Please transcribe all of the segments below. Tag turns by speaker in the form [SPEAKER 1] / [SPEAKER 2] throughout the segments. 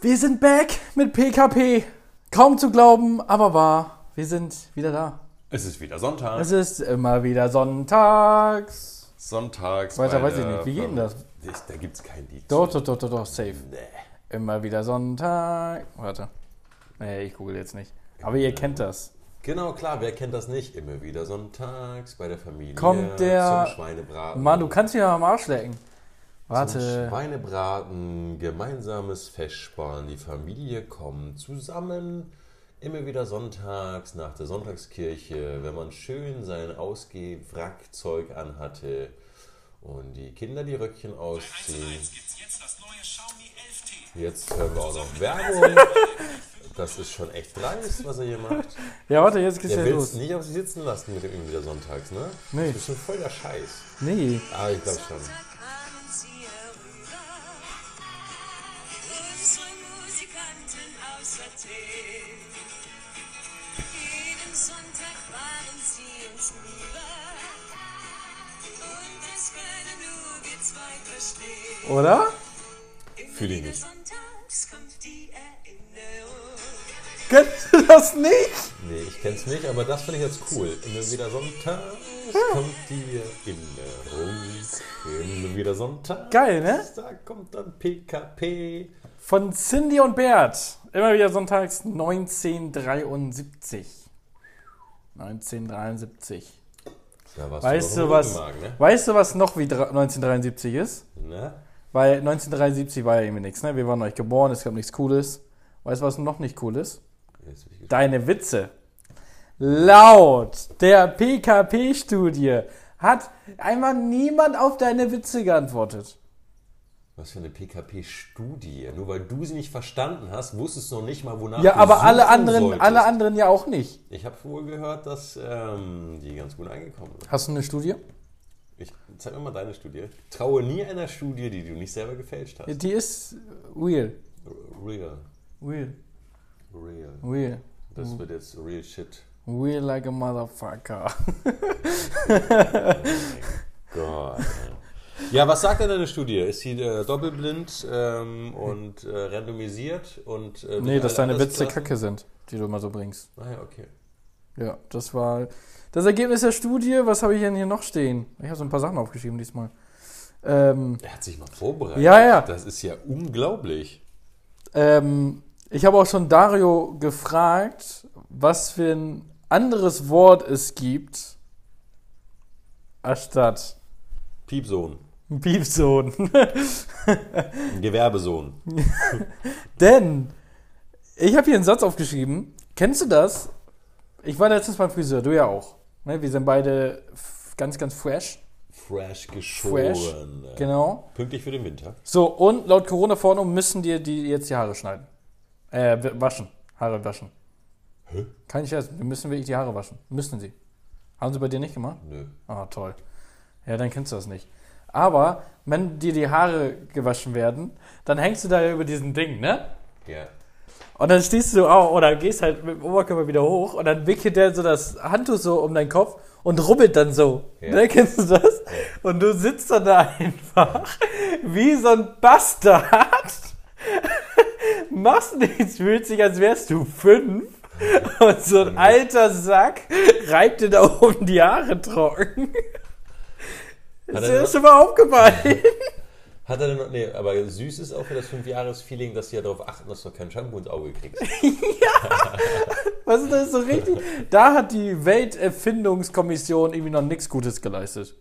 [SPEAKER 1] Wir sind back mit PKP. Kaum zu glauben, aber wahr. Wir sind wieder da.
[SPEAKER 2] Es ist wieder Sonntag.
[SPEAKER 1] Es ist immer wieder sonntags.
[SPEAKER 2] Sonntags.
[SPEAKER 1] Weiter
[SPEAKER 2] bei
[SPEAKER 1] weiß ich
[SPEAKER 2] der
[SPEAKER 1] nicht. Wie geht denn das?
[SPEAKER 2] Ich, da gibt's kein Lied.
[SPEAKER 1] Doch, doch, doch, doch, doch, safe.
[SPEAKER 2] Nee.
[SPEAKER 1] Immer wieder Sonntag. Warte. Nee, ich google jetzt nicht. Aber ihr kennt das.
[SPEAKER 2] Genau, klar, wer kennt das nicht? Immer wieder sonntags bei der Familie.
[SPEAKER 1] Kommt der-
[SPEAKER 2] Zum Schweinebraten.
[SPEAKER 1] Mann, du kannst dich ja am Arsch lecken.
[SPEAKER 2] Zum
[SPEAKER 1] Warte.
[SPEAKER 2] Schweinebraten, gemeinsames Festsparen. Die Familie kommt zusammen. Immer wieder sonntags nach der Sonntagskirche, wenn man schön sein Ausgewrackzeug anhatte und die Kinder die Röckchen ausziehen.
[SPEAKER 3] gibt's jetzt das neue Xiaomi 11T.
[SPEAKER 2] Jetzt hören wir auch noch Werbung. Das ist schon echt dreist, was er hier macht.
[SPEAKER 1] Ja, warte, jetzt geht's
[SPEAKER 2] Der
[SPEAKER 1] ja
[SPEAKER 2] will
[SPEAKER 1] los.
[SPEAKER 2] es nicht auf sich sitzen lassen mit dem irgendwie wieder sonntags, ne?
[SPEAKER 1] Nee.
[SPEAKER 2] Das ist schon voll der Scheiß.
[SPEAKER 1] Nee.
[SPEAKER 2] Aber ich glaube schon.
[SPEAKER 4] kamen sie herüber, unsere Musikanten aus Athen. Jeden Sonntag waren sie uns über und das können nur wir zwei verstehen.
[SPEAKER 1] Oder?
[SPEAKER 2] Fühl ich nicht.
[SPEAKER 4] Sonntags kommt die Erinnerung.
[SPEAKER 1] Kennst du das nicht?
[SPEAKER 2] Nee, ich kenn's nicht, aber das finde ich jetzt cool. Immer wieder sonntags kommt die Erinnerung. Immer wieder sonntags.
[SPEAKER 1] Geil, ne?
[SPEAKER 2] Da kommt dann PKP.
[SPEAKER 1] Von Cindy und Bert. Immer wieder sonntags 1973. 1973.
[SPEAKER 2] Da warst
[SPEAKER 1] Weißt
[SPEAKER 2] noch
[SPEAKER 1] du
[SPEAKER 2] im
[SPEAKER 1] was?
[SPEAKER 2] Rückenmark, ne?
[SPEAKER 1] Weißt du was noch wie dra- 1973 ist?
[SPEAKER 2] Na?
[SPEAKER 1] Weil 1973 war ja irgendwie nichts, ne? Wir waren noch nicht geboren, es gab nichts Cooles. Weißt du was noch nicht cool ist?
[SPEAKER 2] Jetzt bin ich gespannt.
[SPEAKER 1] Deine Witze. Laut der PKP-Studie hat einmal niemand auf deine Witze geantwortet.
[SPEAKER 2] Was für eine PKP-Studie. Nur weil du sie nicht verstanden hast, wusstest du noch nicht mal, wonach
[SPEAKER 1] Ja,
[SPEAKER 2] du
[SPEAKER 1] aber alle
[SPEAKER 2] suchen
[SPEAKER 1] anderen,
[SPEAKER 2] solltest.
[SPEAKER 1] alle anderen ja auch nicht.
[SPEAKER 2] Ich habe wohl gehört, dass ähm, die ganz gut angekommen sind.
[SPEAKER 1] Hast du eine Studie?
[SPEAKER 2] Ich zeig mir mal deine Studie. Traue nie einer Studie, die du nicht selber gefälscht hast.
[SPEAKER 1] Die ist real.
[SPEAKER 2] Real.
[SPEAKER 1] Real.
[SPEAKER 2] Real.
[SPEAKER 1] Real. Oh.
[SPEAKER 2] Das wird jetzt real shit.
[SPEAKER 1] Real like a motherfucker.
[SPEAKER 2] Gott. Ja, was sagt denn deine Studie? Ist sie äh, doppelblind ähm, und äh, randomisiert? Und, äh,
[SPEAKER 1] Nee, dass deine Witze
[SPEAKER 2] kacke.
[SPEAKER 1] kacke sind, die du immer so bringst.
[SPEAKER 2] Ah ja, okay.
[SPEAKER 1] Ja, das war das Ergebnis der Studie. Was habe ich denn hier noch stehen? Ich habe so ein paar Sachen aufgeschrieben diesmal. Ähm,
[SPEAKER 2] Er hat sich mal vorbereitet.
[SPEAKER 1] Ja, ja.
[SPEAKER 2] Das ist ja unglaublich.
[SPEAKER 1] ähm, ich habe auch schon Dario gefragt, was für ein anderes Wort es gibt, anstatt
[SPEAKER 2] Piepsohn.
[SPEAKER 1] ein Piepsohn.
[SPEAKER 2] Ein Gewerbesohn.
[SPEAKER 1] Denn ich habe hier einen Satz aufgeschrieben. Kennst du das? Ich war letztens beim Friseur, du ja auch. Ne, wir sind beide f- ganz, ganz fresh.
[SPEAKER 2] Fresh geschoren. Äh,
[SPEAKER 1] Fresh. Genau.
[SPEAKER 2] Pünktlich für den Winter.
[SPEAKER 1] So, und laut Corona-Verordnung müssen dir die jetzt die Haare schneiden. Äh, w- waschen. Haare waschen.
[SPEAKER 2] Hä?
[SPEAKER 1] Kein Scherz, wir müssen wirklich die Haare waschen. Müssen sie. Haben sie bei dir nicht gemacht?
[SPEAKER 2] Nö.
[SPEAKER 1] Ah, toll. Ja, dann kennst du das nicht. Aber wenn dir die Haare gewaschen werden, dann hängst du da ja über diesen Ding, ne?
[SPEAKER 2] Ja.
[SPEAKER 1] Und dann stehst du so auf oder gehst halt mit dem Oberkörper wieder hoch und dann wickelt der so das Handtuch so um deinen Kopf und rubbelt dann so.
[SPEAKER 2] Ja.
[SPEAKER 1] Ne, kennst du das? Und du sitzt dann da einfach wie so ein Bastard. Machst nichts, fühlst dich, als wärst du fünf. Und so ein alter Sack reibt dir da oben die Haare trocken.
[SPEAKER 2] Hat
[SPEAKER 1] Ist
[SPEAKER 2] er
[SPEAKER 1] dir das schon mal aufgefallen?
[SPEAKER 2] Hat er denn noch, nee, aber süß ist auch für das 5-Jahres-Feeling, dass sie ja darauf achten, dass du kein Shampoo ins Auge kriegst.
[SPEAKER 1] Was ist das so richtig? Da hat die Welterfindungskommission irgendwie noch nichts Gutes geleistet.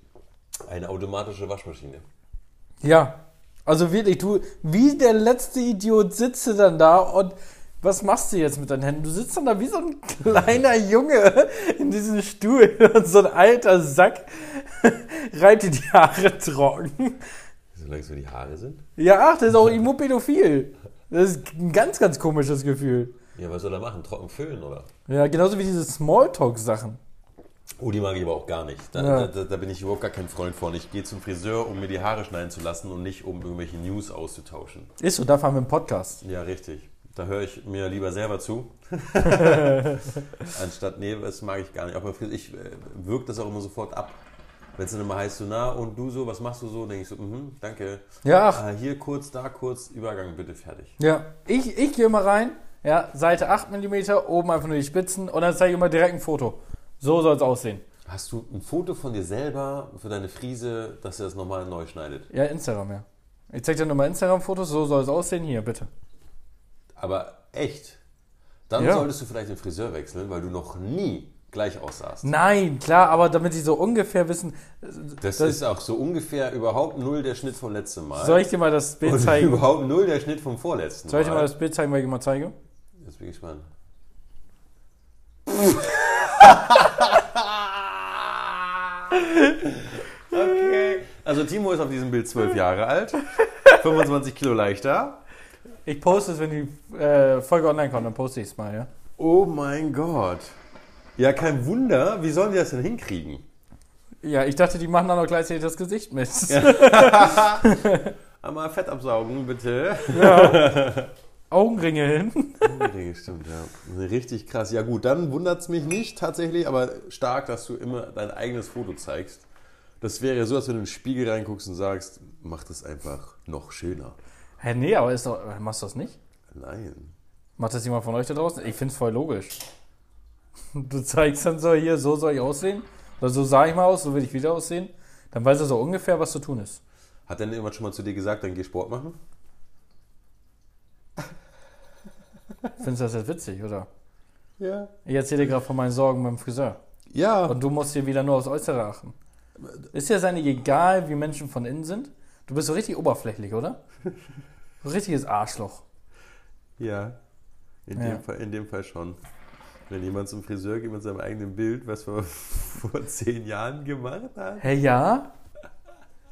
[SPEAKER 2] Eine automatische Waschmaschine.
[SPEAKER 1] Ja. Also wirklich, du, wie der letzte Idiot sitze dann da und was machst du jetzt mit deinen Händen? Du sitzt dann da wie so ein kleiner Junge in diesem Stuhl und so ein alter Sack reibt dir die Haare trocken.
[SPEAKER 2] Solange es nur die Haare sind.
[SPEAKER 1] Ja, ach, das ist auch immopädophil. Das ist ein ganz, ganz komisches Gefühl.
[SPEAKER 2] Ja, was soll er machen? Trocken föhnen, oder?
[SPEAKER 1] Ja, genauso wie diese Smalltalk-Sachen.
[SPEAKER 2] Oh, die mag ich aber auch gar nicht. Da,
[SPEAKER 1] Ja.
[SPEAKER 2] da, da bin ich überhaupt gar kein Freund von. Ich gehe zum Friseur, um mir die Haare schneiden zu lassen und nicht, um irgendwelche News auszutauschen.
[SPEAKER 1] Ist so, dafür haben wir einen Podcast.
[SPEAKER 2] Ja, richtig. Da höre ich mir lieber selber zu. Anstatt, nee, das mag ich gar nicht. Auch beim Friseur, ich äh, wirkt das auch immer sofort ab. Wenn es dann immer heißt, so, na und du so, was machst du so? Denke ich so, mhm, danke.
[SPEAKER 1] Ja, ach.
[SPEAKER 2] Äh, hier kurz, da kurz, Übergang bitte fertig.
[SPEAKER 1] Ja, ich, ich gehe mal rein, ja, Seite 8 mm, oben einfach nur die Spitzen und dann zeige ich immer direkt ein Foto. So soll es aussehen.
[SPEAKER 2] Hast du ein Foto von dir selber für deine Frise, dass er das nochmal neu schneidet?
[SPEAKER 1] Ja, Instagram, ja. Ich zeige dir nochmal Instagram-Fotos, so soll es aussehen. Hier, bitte.
[SPEAKER 2] Aber echt, dann
[SPEAKER 1] Ja.
[SPEAKER 2] solltest du vielleicht den Friseur wechseln, weil du noch nie gleich aussahst.
[SPEAKER 1] Nein, klar, aber damit sie so ungefähr wissen,
[SPEAKER 2] Das,
[SPEAKER 1] Das-
[SPEAKER 2] ist auch so ungefähr überhaupt null der Schnitt vom letzten Mal.
[SPEAKER 1] soll ich dir mal das Bild
[SPEAKER 2] und
[SPEAKER 1] zeigen?
[SPEAKER 2] Also überhaupt null der Schnitt vom vorletzten
[SPEAKER 1] Soll ich dir mal
[SPEAKER 2] Mal.
[SPEAKER 1] das Bild zeigen, weil ich immer zeige?
[SPEAKER 2] Jetzt bin ich gespannt. okay. Also Timo ist auf diesem Bild zwölf Jahre alt, 25 Kilo leichter.
[SPEAKER 1] Ich poste es, wenn die äh, Folge online kommt, dann poste ich es mal, ja.
[SPEAKER 2] Oh mein Gott. Ja, kein Wunder. Wie sollen die das denn hinkriegen?
[SPEAKER 1] Ja, ich dachte, die machen dann auch gleichzeitig das Gesicht mit.
[SPEAKER 2] Einmal Fett absaugen, bitte.
[SPEAKER 1] Augenringe hin.
[SPEAKER 2] Ja, Stimmt, ja. Richtig krass. Ja gut, dann wundert es mich nicht tatsächlich, aber stark, dass du immer dein eigenes Foto zeigst. Das wäre ja so, als wenn du in den Spiegel reinguckst und sagst, mach das einfach noch schöner.
[SPEAKER 1] Hä, nee, aber ist doch, machst du das nicht?
[SPEAKER 2] Nein.
[SPEAKER 1] Macht das jemand von euch da draußen? Ich find's voll logisch. Du zeigst dann so hier, so soll ich aussehen. Oder so sah ich mal aus, so will ich wieder aussehen. Dann weiß er so ungefähr, was zu tun ist.
[SPEAKER 2] Hat denn jemand schon mal zu dir gesagt, dann geh Sport machen?
[SPEAKER 1] Findest du das jetzt witzig, oder?
[SPEAKER 2] Ja.
[SPEAKER 1] Ich erzähle dir gerade von meinen Sorgen beim Friseur.
[SPEAKER 2] Ja.
[SPEAKER 1] Und du musst dir wieder nur aufs Äußere achten. Ist dir das eigentlich egal, wie Menschen von innen sind? Du bist so richtig oberflächlich, oder? So richtiges Arschloch.
[SPEAKER 2] ja. In,
[SPEAKER 1] Ja.
[SPEAKER 2] Dem Fall, in dem Fall schon. Wenn jemand zum Friseur geht mit seinem eigenen Bild, was man vor zehn Jahren gemacht hat.
[SPEAKER 1] Hä, ja?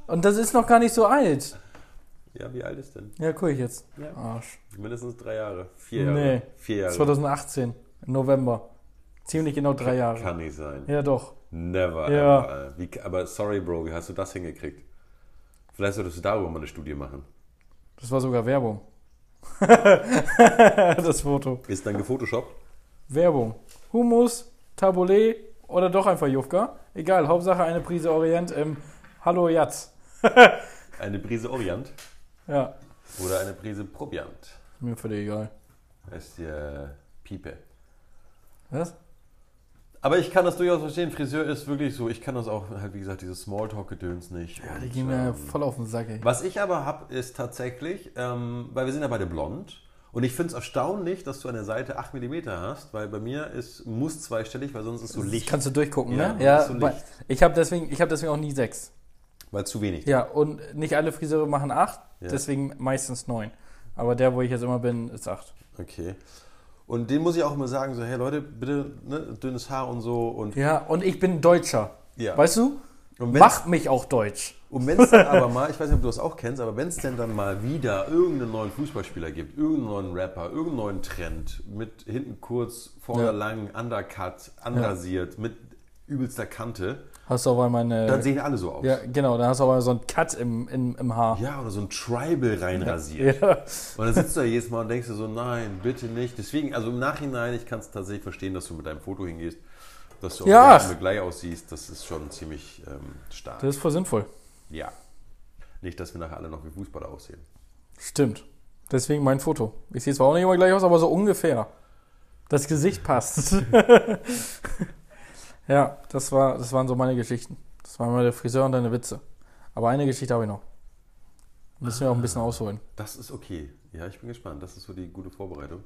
[SPEAKER 1] Und das ist noch gar nicht so alt.
[SPEAKER 2] Ja, wie alt ist denn?
[SPEAKER 1] Ja, guck ich jetzt.
[SPEAKER 2] Ja.
[SPEAKER 1] Arsch.
[SPEAKER 2] Mindestens drei Jahre. Vier Jahre.
[SPEAKER 1] Nee.
[SPEAKER 2] Vier Jahre.
[SPEAKER 1] 2018, im November. Ziemlich genau drei Jahre.
[SPEAKER 2] Kann nicht sein.
[SPEAKER 1] Ja, doch.
[SPEAKER 2] Never
[SPEAKER 1] Ja.
[SPEAKER 2] ever. Wie, aber sorry, Bro, wie hast du das hingekriegt? Vielleicht solltest du darüber mal eine Studie machen.
[SPEAKER 1] Das war sogar Werbung. das Foto.
[SPEAKER 2] Ist dann gefotoshoppt?
[SPEAKER 1] Werbung. Humus, Taboulet oder doch einfach Jufka. Egal, Hauptsache eine Prise Orient im Hallo Jatz.
[SPEAKER 2] Eine Prise Orient
[SPEAKER 1] Ja,
[SPEAKER 2] oder eine Prise Proviant?
[SPEAKER 1] mir völlig egal.
[SPEAKER 2] Ist dir Piepe.
[SPEAKER 1] Was?
[SPEAKER 2] Aber ich kann das durchaus verstehen. Friseur ist wirklich so. Ich kann das auch, halt, wie gesagt, dieses Smalltalk-Gedöns nicht.
[SPEAKER 1] Ja, die
[SPEAKER 2] Und,
[SPEAKER 1] gehen mir
[SPEAKER 2] ähm,
[SPEAKER 1] voll auf den Sack, ey.
[SPEAKER 2] Was ich aber habe, ist tatsächlich, ähm, weil wir sind ja beide blond. Und ich finde es erstaunlich, dass du an der Seite 8 mm hast, weil bei mir ist, muss zweistellig, weil sonst ist so Licht,
[SPEAKER 1] Kannst du durchgucken,
[SPEAKER 2] Ja,
[SPEAKER 1] ne? Ja,
[SPEAKER 2] so
[SPEAKER 1] weil-
[SPEAKER 2] Licht.
[SPEAKER 1] ich habe deswegen, ich hab deswegen auch nie sechs.
[SPEAKER 2] weil zu wenig.
[SPEAKER 1] Ja, und nicht alle Friseure machen acht,
[SPEAKER 2] Ja.
[SPEAKER 1] deswegen meistens neun. Aber der, wo ich jetzt immer bin, ist acht.
[SPEAKER 2] Okay. Und den muss ich auch immer sagen, so, hey Leute, bitte ne, dünnes Haar und so. Und,
[SPEAKER 1] Ja, und ich bin Deutscher.
[SPEAKER 2] Ja.
[SPEAKER 1] Weißt du?
[SPEAKER 2] und
[SPEAKER 1] Mach mich auch deutsch.
[SPEAKER 2] und wenn es dann aber mal, ich weiß nicht, ob du das auch kennst, aber wenn es denn dann mal wieder irgendeinen neuen Fußballspieler gibt, irgendeinen neuen Rapper, irgendeinen neuen Trend, mit hinten kurz, vorne
[SPEAKER 1] Ja.
[SPEAKER 2] lang, undercut, anrasiert, mit übelster Kante,
[SPEAKER 1] Hast du aber meine.
[SPEAKER 2] dann sehen alle so aus.
[SPEAKER 1] ja, genau, dann hast du aber so einen Cut im, im, im Haar.
[SPEAKER 2] Ja, oder so ein Tribal reinrasiert.
[SPEAKER 1] Ja.
[SPEAKER 2] Und dann sitzt du da jedes Mal und denkst dir so, nein, bitte nicht. Deswegen, also im Nachhinein, ich kann es tatsächlich verstehen, dass du mit deinem Foto hingehst, dass du auch
[SPEAKER 1] Ja.
[SPEAKER 2] gleich, gleich aussiehst. Das ist schon ziemlich ähm, stark.
[SPEAKER 1] Das ist voll sinnvoll.
[SPEAKER 2] ja. Nicht, dass wir nachher alle noch wie Fußballer aussehen.
[SPEAKER 1] Stimmt. Deswegen mein Foto. Ich sehe zwar auch nicht immer gleich aus, aber so ungefähr. Das Gesicht passt. ja, das, war, das waren so meine Geschichten. Das waren meine Friseur und deine Witze. Aber eine Geschichte habe ich noch. Müssen wir auch ein bisschen ausholen.
[SPEAKER 2] Das ist okay. Ja, ich bin gespannt. Das ist so die gute Vorbereitung.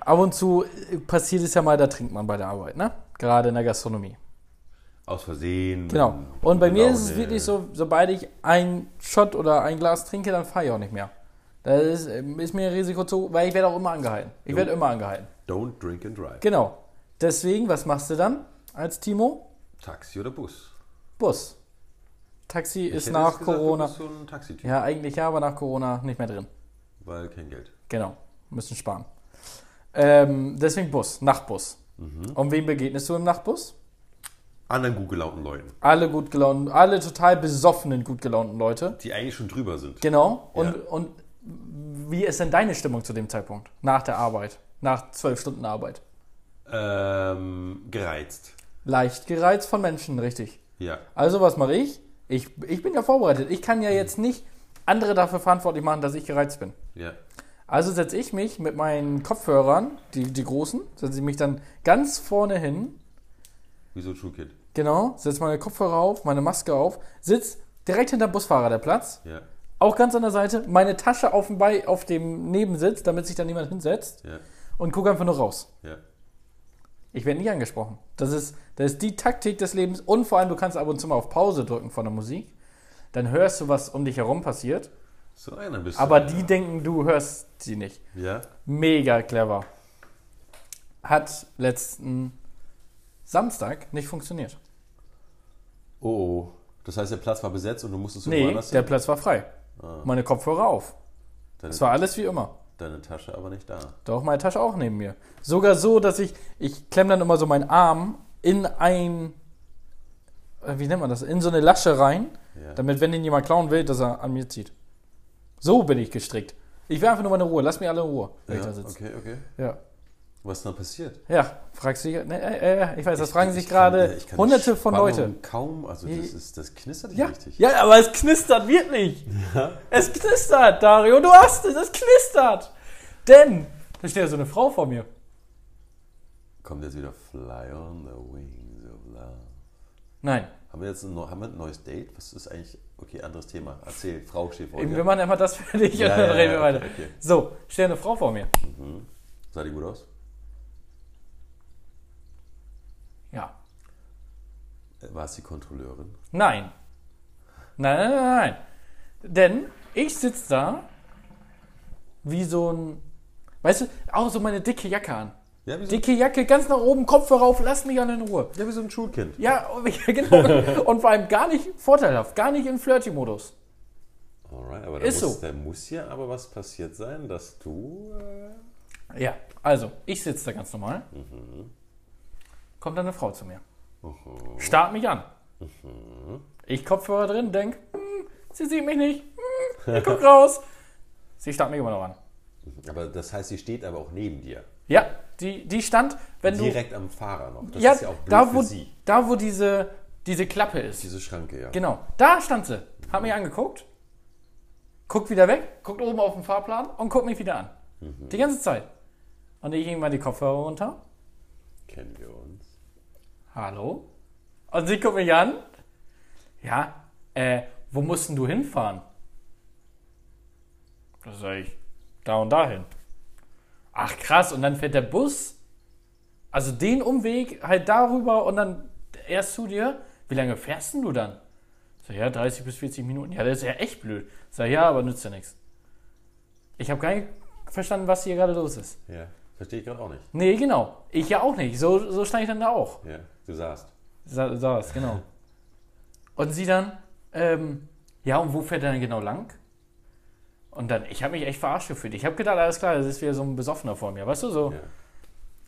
[SPEAKER 1] Ab und zu äh, passiert es ja mal, da trinkt man bei der Arbeit, ne? Gerade in der Gastronomie.
[SPEAKER 2] Aus Versehen.
[SPEAKER 1] Genau. Und bei mir ist es
[SPEAKER 2] Laune.
[SPEAKER 1] wirklich so, sobald ich ein Shot oder ein Glas trinke, dann fahre ich auch nicht mehr. Das ist, äh, ist mir ein Risiko zu, weil ich werde auch immer angehalten. Ich werde immer angehalten.
[SPEAKER 2] Don't drink and drive.
[SPEAKER 1] Genau. Deswegen, was machst du dann als Timo?
[SPEAKER 2] Taxi oder Bus?
[SPEAKER 1] Bus. Taxi ist
[SPEAKER 2] Hättest
[SPEAKER 1] nach
[SPEAKER 2] gesagt,
[SPEAKER 1] Corona.
[SPEAKER 2] Du bist so ein Taxityp,
[SPEAKER 1] Ja, eigentlich ja, aber nach Corona nicht mehr drin.
[SPEAKER 2] weil kein Geld.
[SPEAKER 1] Genau. Müssen sparen. Ähm, deswegen Bus, Nachtbus.
[SPEAKER 2] Mhm.
[SPEAKER 1] Und wem begegnest du im Nachtbus?
[SPEAKER 2] Anderen gut gelaunten Leuten,
[SPEAKER 1] Alle gut gelaunten, alle total besoffenen, gut gelaunten Leute.
[SPEAKER 2] die eigentlich schon drüber sind.
[SPEAKER 1] Genau.
[SPEAKER 2] Ja.
[SPEAKER 1] Und, und wie ist denn deine Stimmung zu dem Zeitpunkt? Nach der Arbeit? Nach zwölf Stunden Arbeit?
[SPEAKER 2] Ähm, gereizt.
[SPEAKER 1] Leicht gereizt von Menschen, richtig.
[SPEAKER 2] Ja.
[SPEAKER 1] Also was mache ich? ich? Ich bin ja vorbereitet. Ich kann ja jetzt nicht andere dafür verantwortlich machen, dass ich gereizt bin.
[SPEAKER 2] Ja.
[SPEAKER 1] Also setze ich mich mit meinen Kopfhörern, die, die großen, setze ich mich dann ganz vorne hin,
[SPEAKER 2] Wieso True Kid?
[SPEAKER 1] genau, setze meine Kopfhörer auf, meine Maske auf, sitz direkt hinter Busfahrer der Platz,
[SPEAKER 2] Ja.
[SPEAKER 1] auch ganz an der Seite, meine Tasche auf dem, Bei auf dem Nebensitz, damit sich da niemand hinsetzt
[SPEAKER 2] Ja.
[SPEAKER 1] und gucke einfach nur raus.
[SPEAKER 2] Ja.
[SPEAKER 1] Ich werde nicht angesprochen. Das ist, das ist die Taktik des Lebens und vor allem, du kannst ab und zu mal auf Pause drücken von der Musik. Dann hörst du, was um dich herum passiert.
[SPEAKER 2] So einer bist du.
[SPEAKER 1] Aber die denken, du hörst sie nicht.
[SPEAKER 2] Ja.
[SPEAKER 1] Mega clever. Hat letzten Samstag nicht funktioniert.
[SPEAKER 2] Oh, oh. Das heißt, der Platz war Ah. besetzt und du musstest
[SPEAKER 1] Nee,
[SPEAKER 2] woanders
[SPEAKER 1] der
[SPEAKER 2] hin?
[SPEAKER 1] Platz war frei. Meine Kopfhörer auf.
[SPEAKER 2] Deine,
[SPEAKER 1] Es war alles wie immer.
[SPEAKER 2] deine Tasche aber nicht da.
[SPEAKER 1] Doch, meine Tasche auch neben mir. Sogar so, dass ich, ich klemme dann immer so meinen Arm in ein, äh, wie nennt man das, in so eine Lasche rein,
[SPEAKER 2] Ja.
[SPEAKER 1] damit, wenn ihn jemand klauen will, dass er an mir zieht. So bin ich gestrickt. Ich will einfach nur meine Ruhe, lass mich alle in Ruhe, wenn ich
[SPEAKER 2] ja,
[SPEAKER 1] da sitze.
[SPEAKER 2] okay, okay.
[SPEAKER 1] Ja.
[SPEAKER 2] Was ist denn da passiert?
[SPEAKER 1] ja, fragst du dich, ne, äh, äh, ich weiß, das
[SPEAKER 2] Ich-
[SPEAKER 1] fragen
[SPEAKER 2] ich
[SPEAKER 1] sich
[SPEAKER 2] kann- ja,
[SPEAKER 1] gerade
[SPEAKER 2] ich kann die
[SPEAKER 1] hunderte von
[SPEAKER 2] Spannung
[SPEAKER 1] Leute.
[SPEAKER 2] Kaum, also das,
[SPEAKER 1] Ja.
[SPEAKER 2] ist, das knistert nicht
[SPEAKER 1] Ja,
[SPEAKER 2] richtig.
[SPEAKER 1] ja, aber es knistert wirklich. Es knistert, Dario, du hast es, es knistert. Denn, da steht ja so eine Frau vor mir.
[SPEAKER 2] Kommt jetzt wieder Fly on the Wings of Love.
[SPEAKER 1] Nein,
[SPEAKER 2] Haben wir jetzt ein, neu- haben wir ein neues Date? Was ist eigentlich. Okay, anderes Thema. Erzähl, Frau steht vor
[SPEAKER 1] Eben,
[SPEAKER 2] dir.
[SPEAKER 1] Wir machen immer das fertig
[SPEAKER 2] Ja,
[SPEAKER 1] und dann
[SPEAKER 2] ja,
[SPEAKER 1] reden wir
[SPEAKER 2] ja,
[SPEAKER 1] weiter.
[SPEAKER 2] okay, okay.
[SPEAKER 1] So, stell eine Frau vor mir.
[SPEAKER 2] Sah die gut aus?
[SPEAKER 1] Ja.
[SPEAKER 2] Äh, War es die Kontrolleurin?
[SPEAKER 1] Nein. Nein, nein, nein, nein. Denn ich sitze da wie so ein. Weißt du, auch so meine dicke Jacke an.
[SPEAKER 2] Ja, wie so,
[SPEAKER 1] Dicke Jacke, ganz nach oben, Kopfhörer auf, lass mich an in Ruhe.
[SPEAKER 2] ja, wie so ein Schulkind.
[SPEAKER 1] Ja, genau. Und vor allem gar nicht vorteilhaft, gar nicht im Flirty-Modus.
[SPEAKER 2] Alright, aber da,
[SPEAKER 1] Ist
[SPEAKER 2] muss,
[SPEAKER 1] so.
[SPEAKER 2] da muss ja aber was passiert sein, dass du. Äh,
[SPEAKER 1] Ja, also, ich sitze da ganz normal.
[SPEAKER 2] Mhm.
[SPEAKER 1] Kommt dann eine Frau zu mir. Starrt mich an.
[SPEAKER 2] Mhm.
[SPEAKER 1] Ich Kopfhörer drin, denk, hm, sie sieht mich nicht. Hm, ich guck raus. Sie starrt mich immer noch an.
[SPEAKER 2] aber das heißt, sie steht aber auch neben dir.
[SPEAKER 1] Ja, die, die stand, wenn
[SPEAKER 2] Direkt am Fahrer noch.
[SPEAKER 1] du.
[SPEAKER 2] Das
[SPEAKER 1] Ja,
[SPEAKER 2] ist ja auch blöd
[SPEAKER 1] da wo,
[SPEAKER 2] für sie.
[SPEAKER 1] da, wo diese, diese Klappe ist.
[SPEAKER 2] Diese Schranke, ja.
[SPEAKER 1] Genau, da stand sie. Hat mich angeguckt, guckt wieder weg, guckt oben auf den Fahrplan Mhm. und guckt mich wieder an. Die ganze Zeit. Und ich irgendwann die Kopfhörer runter.
[SPEAKER 2] Kennen wir uns.
[SPEAKER 1] Hallo? Und sie guckt mich an. Ja, äh, wo mussten du hinfahren? Da sag ich, da und dahin. Ach krass, und dann fährt der Bus. Also den Umweg halt darüber und dann erst zu dir. Wie lange fährst denn du dann? Sag ja, 30 bis 40 Minuten. Ja, das ist ja echt blöd. Sag ja, aber nützt ja nichts. Ich habe gar nicht verstanden, was hier gerade los ist.
[SPEAKER 2] Ja. Verstehe ich gerade auch nicht.
[SPEAKER 1] Nee, genau. Ich ja auch nicht. So, so stand ich dann da auch.
[SPEAKER 2] Ja. Du saßt.
[SPEAKER 1] Sa saß, genau. Und sie dann, ähm, ja, und wo fährt er denn genau lang? Und dann, ich habe mich echt verarscht gefühlt. Ich habe gedacht, alles klar, das ist wieder so ein Besoffener vor mir, weißt du so.
[SPEAKER 2] Ja.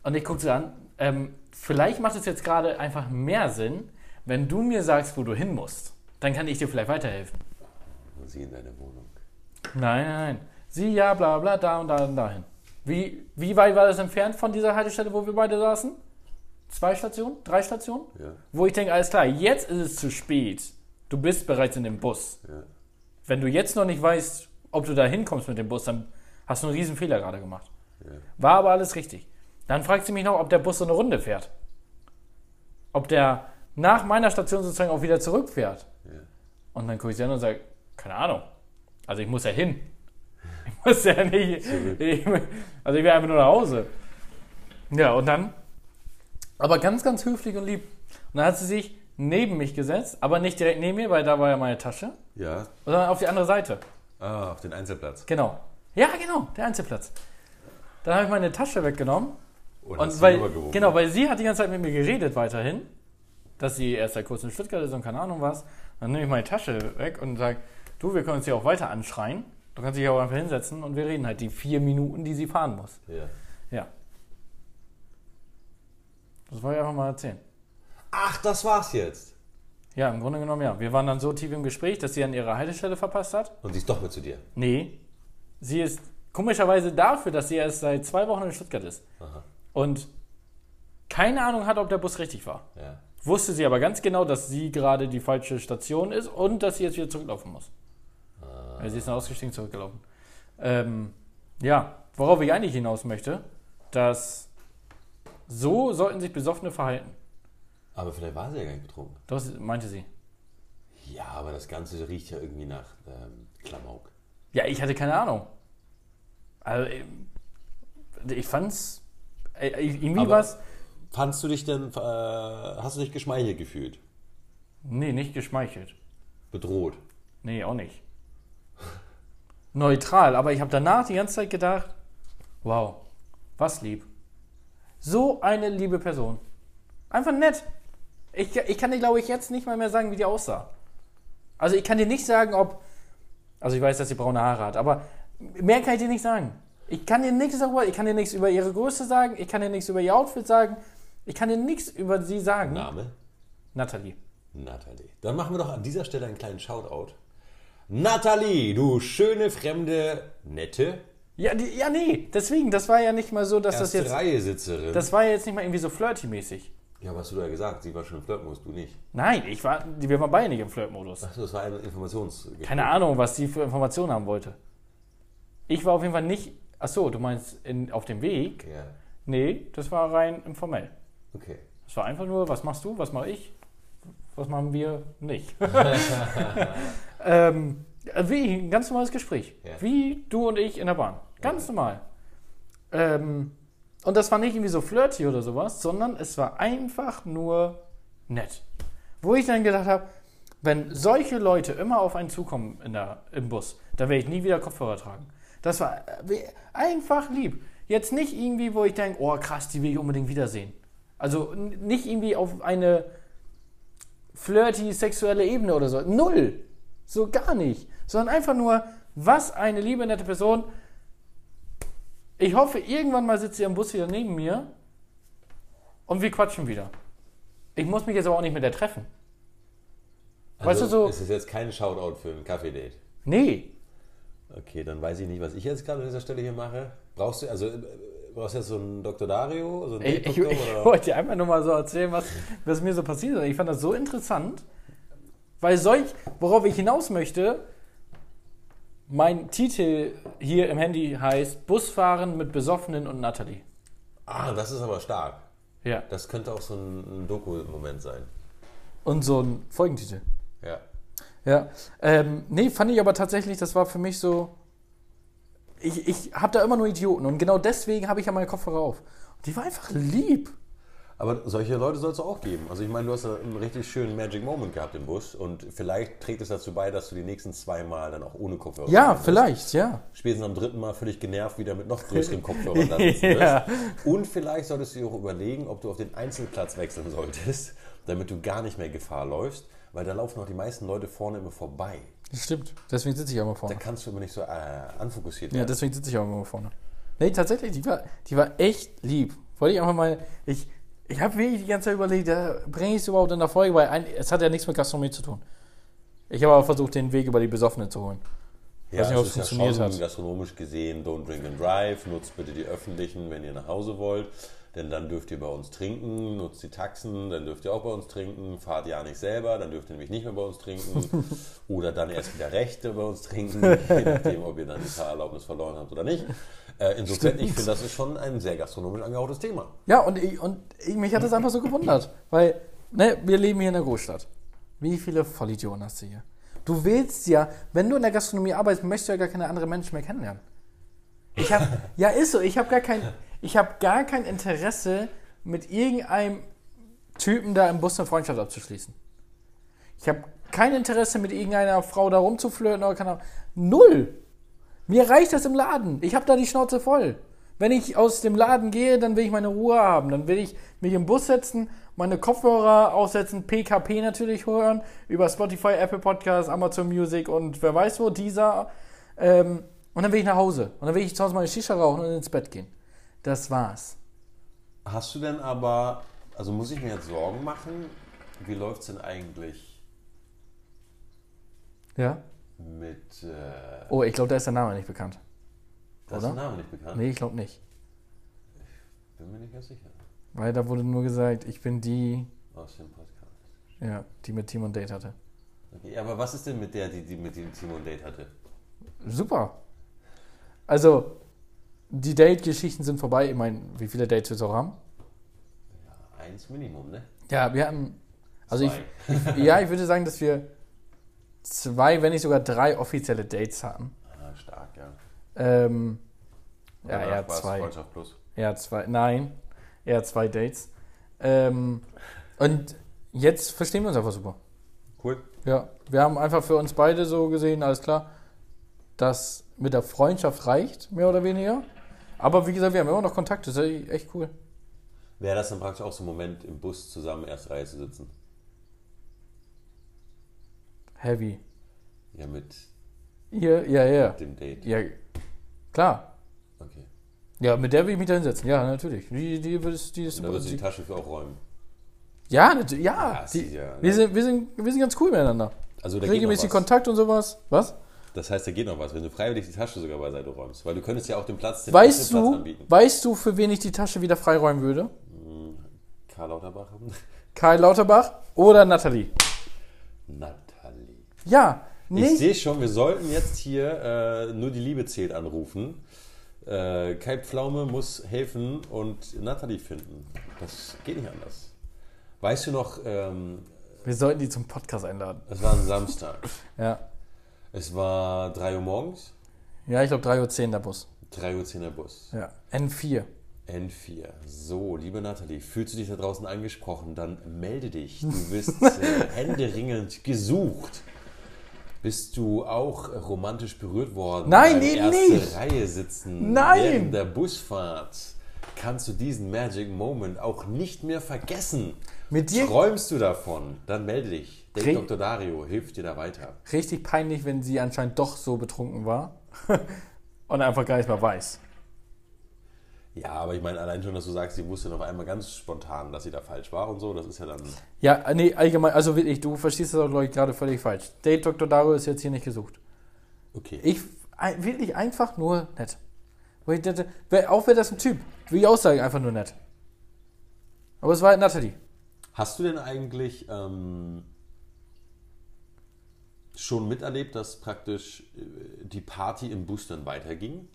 [SPEAKER 1] Und ich gucke sie an, ähm, vielleicht macht es jetzt gerade einfach mehr Sinn, wenn du mir sagst, wo du hin musst. Dann kann ich dir vielleicht weiterhelfen.
[SPEAKER 2] Und sie in deine Wohnung.
[SPEAKER 1] Nein, nein, nein. Sie, ja, bla, bla, da und da und dahin. Wie, wie weit war das entfernt von dieser Haltestelle, wo wir beide saßen? Zwei Stationen? Drei Stationen?
[SPEAKER 2] Ja.
[SPEAKER 1] wo ich denke, alles klar, jetzt ist es zu spät. Du bist bereits in dem Bus.
[SPEAKER 2] Ja.
[SPEAKER 1] Wenn du jetzt noch nicht weißt, ob du da hinkommst mit dem Bus, dann hast du einen riesen Fehler gerade gemacht.
[SPEAKER 2] Ja.
[SPEAKER 1] War aber alles richtig. Dann fragt sie mich noch, ob der Bus so eine Runde fährt. Ob der nach meiner Station sozusagen auch wieder zurückfährt.
[SPEAKER 2] Ja.
[SPEAKER 1] Und dann gucke ich sie an und sage, keine Ahnung. Also ich muss ja hin. Ich muss ja nicht. Ich, also ich will einfach nur nach Hause. Ja, und dann, aber ganz, ganz höflich und lieb. Und dann hat sie sich neben mich gesetzt, aber nicht direkt neben mir, weil da war ja meine Tasche,
[SPEAKER 2] Ja.
[SPEAKER 1] sondern auf die andere Seite.
[SPEAKER 2] Ah, auf den Einzelplatz.
[SPEAKER 1] Genau. Ja, genau, der Einzelplatz. Dann habe ich meine Tasche weggenommen
[SPEAKER 2] Und, hast
[SPEAKER 1] und
[SPEAKER 2] sie
[SPEAKER 1] weil,
[SPEAKER 2] rübergewogen.
[SPEAKER 1] genau, weil sie hat die ganze Zeit mit mir geredet weiterhin, dass sie erst seit kurzem in Stuttgart ist und keine Ahnung was. Dann nehme ich meine Tasche weg und sage, du, wir können uns hier auch weiter anschreien. Du kannst dich auch einfach hinsetzen und wir reden halt die vier Minuten, die sie fahren muss.
[SPEAKER 2] Ja.
[SPEAKER 1] Ja. Das wollte ich einfach mal erzählen.
[SPEAKER 2] Ach, das war's jetzt.
[SPEAKER 1] Ja, im Grunde genommen ja. Wir waren dann so tief im Gespräch, dass sie an ihrer Haltestelle verpasst hat.
[SPEAKER 2] Und sie ist doch mit zu dir.
[SPEAKER 1] Nee. Sie ist komischerweise dafür, dass sie erst seit zwei Wochen in Stuttgart ist.
[SPEAKER 2] Aha.
[SPEAKER 1] Und keine Ahnung hat, ob der Bus richtig war.
[SPEAKER 2] Ja.
[SPEAKER 1] Wusste sie aber ganz genau, dass sie gerade die falsche Station ist und dass sie jetzt wieder zurücklaufen muss. Also sie ist dann ausgestiegen, zurückgelaufen. Ähm, ja, worauf ich eigentlich hinaus möchte, dass so sollten sich Besoffene verhalten.
[SPEAKER 2] Aber vielleicht war sie ja gar nicht betrunken.
[SPEAKER 1] Das meinte sie.
[SPEAKER 2] Ja, aber das Ganze riecht ja irgendwie nach ähm, Klamauk.
[SPEAKER 1] Ja, ich hatte keine Ahnung. Also, ähm, ich fand's. äh, Irgendwie
[SPEAKER 2] Aber-
[SPEAKER 1] war's.
[SPEAKER 2] Fandst du dich denn, äh, hast du dich geschmeichelt gefühlt?
[SPEAKER 1] Nee, nicht geschmeichelt.
[SPEAKER 2] Bedroht?
[SPEAKER 1] Nee, auch nicht. Neutral, aber ich habe danach die ganze Zeit gedacht, wow, was lieb. So eine liebe Person. Einfach nett. Ich, ich kann dir, glaube ich, jetzt nicht mal mehr sagen, wie die aussah. Also ich kann dir nicht sagen, ob... Also ich weiß, dass sie braune Haare hat, aber mehr kann ich dir nicht sagen. Ich kann dir nichts darüber, ich kann dir nichts über ihre Größe sagen, ich kann dir nichts über ihr Outfit sagen, ich kann dir nichts über sie sagen.
[SPEAKER 2] Name?
[SPEAKER 1] Nathalie.
[SPEAKER 2] Nathalie. Dann machen wir doch an dieser Stelle einen kleinen Shoutout. Nathalie, du schöne, fremde, nette
[SPEAKER 1] Ja, die, ja, nee, deswegen, das war ja nicht mal so, dass das
[SPEAKER 2] erste
[SPEAKER 1] jetzt...
[SPEAKER 2] Reihe Sitzerin.
[SPEAKER 1] Das war ja jetzt nicht mal irgendwie so flirty-mäßig.
[SPEAKER 2] ja, was hast du da gesagt? Sie war schon im Flirtmodus, du nicht.
[SPEAKER 1] Nein, ich war, wir waren beide nicht im Flirtmodus.
[SPEAKER 2] Achso, das war eine Informations...
[SPEAKER 1] Keine Ahnung, was sie für Informationen haben wollte. Ich war auf jeden Fall nicht. Ach so, du meinst in, auf dem Weg?
[SPEAKER 2] Ja,
[SPEAKER 1] Nee, das war rein informell.
[SPEAKER 2] okay.
[SPEAKER 1] Das war einfach nur, was machst du, was mache ich, was machen wir nicht. ähm, wie ein ganz normales Gespräch.
[SPEAKER 2] Ja.
[SPEAKER 1] Wie du und ich in der Bahn. Ganz normal. Ähm, und das war nicht irgendwie so flirty oder sowas, sondern es war einfach nur nett. Wo ich dann gedacht habe, wenn solche Leute immer auf einen zukommen in der, im Bus, dann werde ich nie wieder Kopfhörer tragen. Das war äh, wie- einfach lieb. Jetzt nicht irgendwie, wo ich denke, oh krass, die will ich unbedingt wiedersehen. Also n- nicht irgendwie auf eine flirty sexuelle Ebene oder so. Null. So gar nicht. Sondern einfach nur, was eine liebe, nette Person. Ich hoffe, irgendwann mal sitzt sie im Bus wieder neben mir und wir quatschen wieder. Ich muss mich jetzt aber auch nicht mit der treffen. Weißt du, so-
[SPEAKER 2] Also, Es ist jetzt kein Shoutout für ein Kaffee-Date.
[SPEAKER 1] Nee,
[SPEAKER 2] Okay, dann weiß ich nicht, was ich jetzt gerade an dieser Stelle hier mache. Brauchst du, also, äh, brauchst du jetzt so einen Dr. Dario? So einen
[SPEAKER 1] Ich, ich,
[SPEAKER 2] Date-Doktor,
[SPEAKER 1] ich
[SPEAKER 2] oder?
[SPEAKER 1] wollte dir einfach nur mal so erzählen, was, was mir so passiert ist. Ich fand das so interessant, weil solch, worauf ich hinaus möchte, mein Titel hier im Handy heißt Busfahren mit Besoffenen und Natalie.
[SPEAKER 2] Ah, das ist aber stark.
[SPEAKER 1] Ja.
[SPEAKER 2] Das könnte auch so ein, ein Doku-Moment sein.
[SPEAKER 1] Und so ein Folgentitel.
[SPEAKER 2] Ja.
[SPEAKER 1] Ja. Ähm, nee, fand ich aber tatsächlich, das war für mich so. Ich, ich habe da immer nur Idioten und genau deswegen habe ich ja meine Kopfhörer auf. Und die war einfach lieb.
[SPEAKER 2] Aber solche Leute soll es auch geben. Also ich meine, du hast da einen richtig schönen Magic Moment gehabt im Bus und vielleicht trägt es dazu bei, dass du die nächsten zwei Mal dann auch ohne Kopfhörer
[SPEAKER 1] Ja,
[SPEAKER 2] sitzt.
[SPEAKER 1] vielleicht, ja.
[SPEAKER 2] Spätestens am dritten Mal völlig genervt wieder mit noch größeren Kopfhörern da sitzen
[SPEAKER 1] Ja.
[SPEAKER 2] wirst. Und vielleicht solltest du dir auch überlegen, ob du auf den Einzelplatz wechseln solltest, damit du gar nicht mehr Gefahr läufst, weil da laufen auch die meisten Leute vorne immer vorbei.
[SPEAKER 1] Das stimmt. Deswegen sitze ich ja mal vorne.
[SPEAKER 2] Da kannst du immer nicht so äh, anfokussiert
[SPEAKER 1] Ja,
[SPEAKER 2] werden.
[SPEAKER 1] deswegen sitze ich auch immer vorne. Nee, tatsächlich, die war, die war echt lieb. Wollte ich einfach mal. Ich, ich habe wirklich die ganze Zeit überlegt, da bringe ich es überhaupt in der Folge, weil ein, es hat ja nichts mit Gastronomie zu tun. Ich habe aber versucht, den Weg über die Besoffenen zu holen.
[SPEAKER 2] Ja,
[SPEAKER 1] weiß nicht, ob es
[SPEAKER 2] ist
[SPEAKER 1] funktioniert
[SPEAKER 2] schon
[SPEAKER 1] hat.
[SPEAKER 2] gastronomisch gesehen, don't drink and drive, nutzt bitte die öffentlichen, wenn ihr nach Hause wollt, denn dann dürft ihr bei uns trinken, nutzt die Taxen, dann dürft ihr auch bei uns trinken, fahrt ja nicht selber, dann dürft ihr nämlich nicht mehr bei uns trinken oder dann erst wieder Rechte bei uns trinken, je nachdem, ob ihr dann die Fahrerlaubnis verloren habt oder nicht. Äh, insofern, ich finde, das ist schon ein sehr gastronomisch angehauchtes Thema.
[SPEAKER 1] Ja, und, ich, und ich, mich hat das einfach so gewundert, weil ne, wir leben hier in der Großstadt. Wie viele Vollidioten hast du hier? Du willst ja, wenn du in der Gastronomie arbeitest, möchtest du ja gar keine anderen Menschen mehr kennenlernen. Ich hab, ja, ist so. Ich habe gar, kein- ich hab gar kein Interesse, mit irgendeinem Typen da im Bus eine Freundschaft abzuschließen. Ich habe kein Interesse, mit irgendeiner Frau da rumzuflirten oder keine Ahnung. Null. Mir reicht das im Laden. Ich habe da die Schnauze voll. Wenn ich aus dem Laden gehe, dann will ich meine Ruhe haben. Dann will ich mich im Bus setzen, meine Kopfhörer aufsetzen, PKP natürlich hören, über Spotify, Apple Podcasts, Amazon Music und wer weiß wo, dieser. Ähm, und dann will ich nach Hause. Und dann will ich zu Hause meine Shisha rauchen und ins Bett gehen. Das war's.
[SPEAKER 2] Hast du denn aber, also muss ich mir jetzt Sorgen machen, wie läuft es denn eigentlich
[SPEAKER 1] Ja?
[SPEAKER 2] mit, äh,
[SPEAKER 1] Oh, ich glaube, da ist der Name nicht bekannt.
[SPEAKER 2] da ist
[SPEAKER 1] Oder?
[SPEAKER 2] der Name nicht bekannt?
[SPEAKER 1] Nee, ich glaube nicht.
[SPEAKER 2] Bin mir nicht ganz sicher.
[SPEAKER 1] Weil da wurde nur gesagt, ich bin die
[SPEAKER 2] aus dem Podcast.
[SPEAKER 1] Ja, die mit Team und Date hatte.
[SPEAKER 2] Okay, aber was ist denn mit der, die, die mit dem Team und Date hatte?
[SPEAKER 1] Super. Also, die Date-Geschichten sind vorbei. Ich meine, wie viele Dates wir so haben?
[SPEAKER 2] Eins Minimum, ne?
[SPEAKER 1] Ja, wir hatten. Also, ich,
[SPEAKER 2] Zwei.
[SPEAKER 1] ja, ich würde sagen, dass wir zwei, wenn nicht sogar drei offizielle Dates hatten.
[SPEAKER 2] Ah, stark, ja.
[SPEAKER 1] Ähm, ja,
[SPEAKER 2] Danach
[SPEAKER 1] ja,
[SPEAKER 2] war's
[SPEAKER 1] zwei.
[SPEAKER 2] Freundschaft plus.
[SPEAKER 1] Ja, zwei. Nein. Ja, zwei Dates. Ähm, und jetzt verstehen wir uns einfach super.
[SPEAKER 2] Cool.
[SPEAKER 1] Ja, wir haben einfach für uns beide so gesehen, alles klar, dass mit der Freundschaft reicht, mehr oder weniger. Aber wie gesagt, wir haben immer noch Kontakt, das ist echt cool.
[SPEAKER 2] Wäre das dann praktisch auch so ein Moment, im Bus zusammen erste Reihe zu sitzen?
[SPEAKER 1] Heavy.
[SPEAKER 2] Ja, mit
[SPEAKER 1] Ja, ja, ja.
[SPEAKER 2] dem Date.
[SPEAKER 1] Ja, klar.
[SPEAKER 2] Okay.
[SPEAKER 1] Ja, mit der will ich mich da hinsetzen. Ja, natürlich. Die, die, würdest- die ist
[SPEAKER 2] Und da
[SPEAKER 1] super.
[SPEAKER 2] würdest du die
[SPEAKER 1] Die,
[SPEAKER 2] Tasche für auch räumen.
[SPEAKER 1] ja, natürlich. Ja,
[SPEAKER 2] Ja,
[SPEAKER 1] die,
[SPEAKER 2] sicher, ne?
[SPEAKER 1] wir, sind, wir, sind, wir sind ganz cool miteinander.
[SPEAKER 2] Also da geht noch
[SPEAKER 1] Regelmäßig
[SPEAKER 2] was.
[SPEAKER 1] Kontakt und sowas. Was?
[SPEAKER 2] Das heißt, da geht noch was, wenn du freiwillig die Tasche sogar beiseite räumst. Weil du könntest ja auch den Platz, den
[SPEAKER 1] Weißt
[SPEAKER 2] Platz
[SPEAKER 1] du,
[SPEAKER 2] anbieten.
[SPEAKER 1] weißt du, für wen ich die Tasche wieder freiräumen würde?
[SPEAKER 2] Karl Lauterbach.
[SPEAKER 1] Kai Lauterbach oder Nathalie?
[SPEAKER 2] Nathalie.
[SPEAKER 1] Ja,
[SPEAKER 2] Ich
[SPEAKER 1] nicht.
[SPEAKER 2] sehe schon, wir sollten jetzt hier äh, nur die Liebe zählt anrufen. Äh, Kai Pflaume muss helfen und Nathalie finden. Das geht nicht anders. Weißt du noch, ähm,
[SPEAKER 1] Wir sollten die zum Podcast einladen.
[SPEAKER 2] es war ein Samstag.
[SPEAKER 1] Ja.
[SPEAKER 2] Es war 3 Uhr morgens,
[SPEAKER 1] Ja, ich glaube 3.10 Uhr der Bus.
[SPEAKER 2] 3.10 Uhr der Bus.
[SPEAKER 1] Ja. N4.
[SPEAKER 2] N4. So, liebe Nathalie, fühlst du dich da draußen angesprochen, dann melde dich. Du wirst äh, händeringend gesucht. Bist du auch romantisch berührt worden?
[SPEAKER 1] Nein,
[SPEAKER 2] beim
[SPEAKER 1] eben
[SPEAKER 2] erste
[SPEAKER 1] nicht.
[SPEAKER 2] Reihe sitzen.
[SPEAKER 1] Nein.
[SPEAKER 2] Während der Busfahrt kannst du diesen Magic Moment auch nicht mehr vergessen.
[SPEAKER 1] Mit dir-
[SPEAKER 2] Träumst du davon? Dann melde dich. Der
[SPEAKER 1] Krieg-
[SPEAKER 2] Dr. Dario hilft dir da weiter.
[SPEAKER 1] Richtig peinlich, wenn sie anscheinend doch so betrunken war. und einfach gar nicht mehr weiß.
[SPEAKER 2] Ja, aber ich meine, allein schon, dass du sagst, sie wusste noch einmal ganz spontan, dass sie da falsch war und so, das ist ja dann.
[SPEAKER 1] Ja, äh, nee, allgemein, also wirklich, du verstehst das auch, glaube ich, gerade völlig falsch. Date Dr. Dario ist jetzt hier nicht gesucht.
[SPEAKER 2] Okay.
[SPEAKER 1] Ich, ein- wirklich einfach nur nett. Wo ich dachte, wer- Auch wäre das ein Typ. Will ich auch sagen, einfach nur nett. Aber es war halt Nathalie.
[SPEAKER 2] Hast du denn eigentlich ähm, schon miterlebt, dass praktisch äh, die Party im Bus dann weiterging?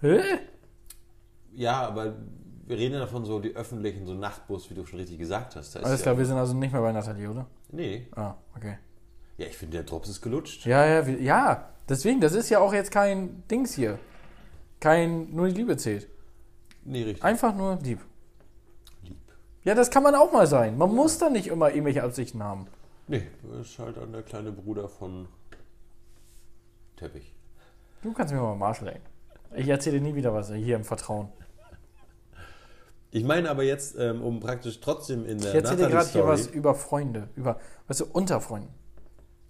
[SPEAKER 1] Hä?
[SPEAKER 2] Ja, aber wir reden ja davon so, die öffentlichen, so Nachtbus, wie du schon richtig gesagt hast. Da ist
[SPEAKER 1] Alles
[SPEAKER 2] ja,
[SPEAKER 1] klar, wir sind also nicht mehr bei Nathalie, oder?
[SPEAKER 2] Nee.
[SPEAKER 1] Ah, okay.
[SPEAKER 2] Ja, ich finde, der Drops ist gelutscht.
[SPEAKER 1] Ja, ja, wir- ja. Deswegen, das ist ja auch jetzt kein Dings hier. Kein, nur die Liebe zählt.
[SPEAKER 2] Nee, richtig.
[SPEAKER 1] Einfach nur lieb.
[SPEAKER 2] Lieb.
[SPEAKER 1] Ja, das kann man auch mal sein. Man muss da nicht immer irgendwelche Absichten haben.
[SPEAKER 2] Nee, ist halt an der kleine Bruder von Teppich.
[SPEAKER 1] Du kannst mir mal am Arsch lecken. Ich erzähle dir nie wieder was äh, hier im Vertrauen.
[SPEAKER 2] Ich meine aber jetzt, ähm, um praktisch trotzdem in der
[SPEAKER 1] Ich erzähle dir gerade hier was
[SPEAKER 2] Nathalie-Story...
[SPEAKER 1] über Freunde, über, weißt du, unter Freunden.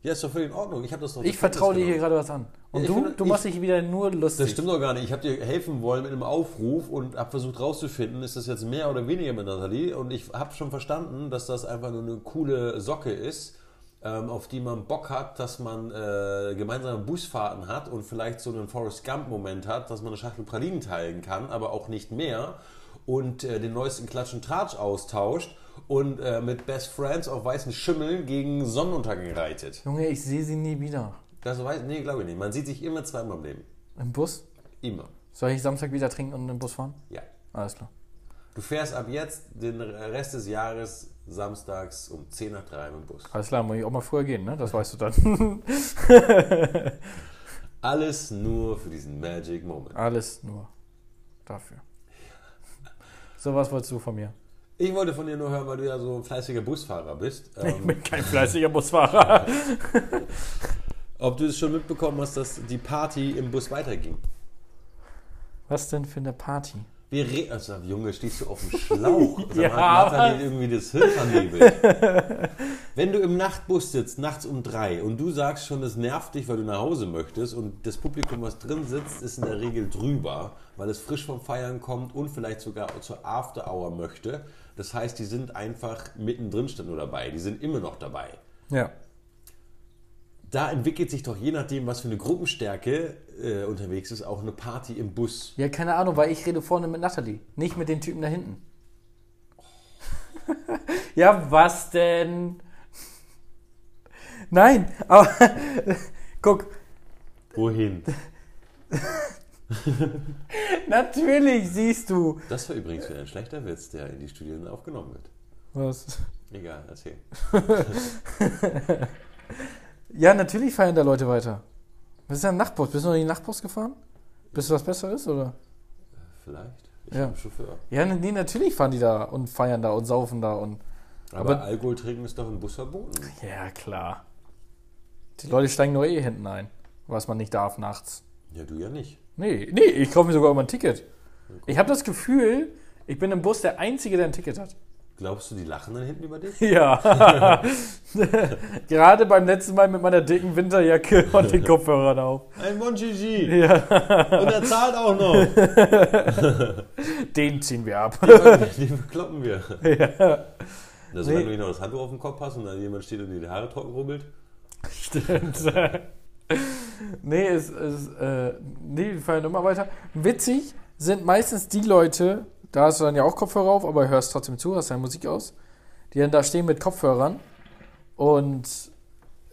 [SPEAKER 2] Ja, ist doch völlig in Ordnung. Ich habe das noch
[SPEAKER 1] Ich
[SPEAKER 2] zur
[SPEAKER 1] vertraue dir
[SPEAKER 2] Kenntnis
[SPEAKER 1] hier
[SPEAKER 2] genommen.
[SPEAKER 1] gerade was an. Und
[SPEAKER 2] Ja, ich
[SPEAKER 1] du,
[SPEAKER 2] finde,
[SPEAKER 1] du
[SPEAKER 2] ich-
[SPEAKER 1] machst dich wieder nur lustig.
[SPEAKER 2] Das stimmt doch gar nicht. Ich habe dir helfen wollen mit einem Aufruf und habe versucht rauszufinden, ist das jetzt mehr oder weniger mit Nathalie. Und ich habe schon verstanden, dass das einfach nur eine coole Socke ist, ähm, auf die man Bock hat, dass man äh, gemeinsame Busfahrten hat und vielleicht so einen Forrest Gump-Moment hat, dass man eine Schachtel Pralinen teilen kann, aber auch nicht mehr. Und äh, den neuesten Klatsch und Tratsch austauscht und äh, mit Best Friends auf weißen Schimmeln gegen Sonnenuntergang reitet.
[SPEAKER 1] Junge, ich sehe sie nie wieder.
[SPEAKER 2] Das weiß nee, glaube ich nicht. Man sieht sich immer zweimal im Leben.
[SPEAKER 1] Im Bus?
[SPEAKER 2] Immer.
[SPEAKER 1] Soll ich Samstag wieder trinken und im Bus fahren?
[SPEAKER 2] Ja.
[SPEAKER 1] Alles klar.
[SPEAKER 2] Du fährst ab jetzt den Rest des Jahres samstags um 10 nach 3 mit dem Bus.
[SPEAKER 1] Alles klar, muss ich auch mal früher gehen, ne? Das weißt du dann.
[SPEAKER 2] Alles nur für diesen Magic Moment.
[SPEAKER 1] Alles nur dafür. So was wolltest du von mir?
[SPEAKER 2] Ich wollte von dir nur hören, weil du ja so ein fleißiger Busfahrer bist.
[SPEAKER 1] Ich
[SPEAKER 2] Ähm,
[SPEAKER 1] bin kein fleißiger Busfahrer.
[SPEAKER 2] ob du es schon mitbekommen hast, dass die Party im Bus weiterging.
[SPEAKER 1] Was denn für eine Party?
[SPEAKER 2] Wir re also, Junge, stehst du auf dem Schlauch. Sag mal,
[SPEAKER 1] Ja,
[SPEAKER 2] hat
[SPEAKER 1] was?
[SPEAKER 2] Nathalie irgendwie das Hirn vernebelt. Wenn du im Nachtbus sitzt, nachts um drei, und du sagst schon, das nervt dich, weil du nach Hause möchtest, und das Publikum, was drin sitzt, ist in der Regel drüber, weil es frisch vom Feiern kommt und vielleicht sogar zur After Hour möchte. Das heißt, die sind einfach mittendrin schon nur dabei. Die sind immer noch dabei.
[SPEAKER 1] Ja.
[SPEAKER 2] Da entwickelt sich doch je nachdem, was für eine Gruppenstärke äh, unterwegs ist, auch eine Party im Bus.
[SPEAKER 1] Ja, keine Ahnung, weil ich rede vorne mit Nathalie, nicht mit den Typen da hinten. Ja, was denn? Nein, aber guck,
[SPEAKER 2] Wohin?
[SPEAKER 1] natürlich siehst du.
[SPEAKER 2] Das war übrigens wieder ein schlechter Witz, der in die Studien aufgenommen wird.
[SPEAKER 1] Was?
[SPEAKER 2] Egal, erzähl.
[SPEAKER 1] Ja, natürlich feiern da Leute weiter. Das ist ja ein Nachtbus. Bist du noch in den Nachtbus gefahren? Bist du was Besseres, oder?
[SPEAKER 2] Vielleicht. Ich
[SPEAKER 1] Ja.
[SPEAKER 2] bin Chauffeur.
[SPEAKER 1] Ja, ne, nee, natürlich fahren die da und feiern da und saufen da und.
[SPEAKER 2] Aber,
[SPEAKER 1] Aber-
[SPEAKER 2] Alkohol trinken ist doch im Bus verboten.
[SPEAKER 1] Ja, klar. Die Leute steigen nur eh hinten ein, was man nicht darf nachts.
[SPEAKER 2] Ja, du ja nicht.
[SPEAKER 1] Nee, nee, ich kaufe mir sogar immer ein Ticket. Ich habe das Gefühl, ich bin im Bus der Einzige, der ein Ticket hat.
[SPEAKER 2] Glaubst du, die lachen dann hinten über dich?
[SPEAKER 1] Ja. Gerade beim letzten Mal mit meiner dicken Winterjacke und den Kopfhörern auf.
[SPEAKER 2] Ein Monchigi!
[SPEAKER 1] Ja.
[SPEAKER 2] Und er zahlt auch noch!
[SPEAKER 1] Den ziehen wir ab.
[SPEAKER 2] Die kloppen wir.
[SPEAKER 1] Ja.
[SPEAKER 2] Na, solange
[SPEAKER 1] Nee.
[SPEAKER 2] du nicht noch das Handtuch auf dem Kopf hast und dann jemand steht und dir die Haare trocken rubbelt.
[SPEAKER 1] Stimmt. nee, es, es, äh, nee, wir fallen immer weiter. Witzig sind meistens die Leute, da hast du dann ja auch Kopfhörer auf, aber hörst trotzdem zu, hast deine Musik aus, die dann da stehen mit Kopfhörern und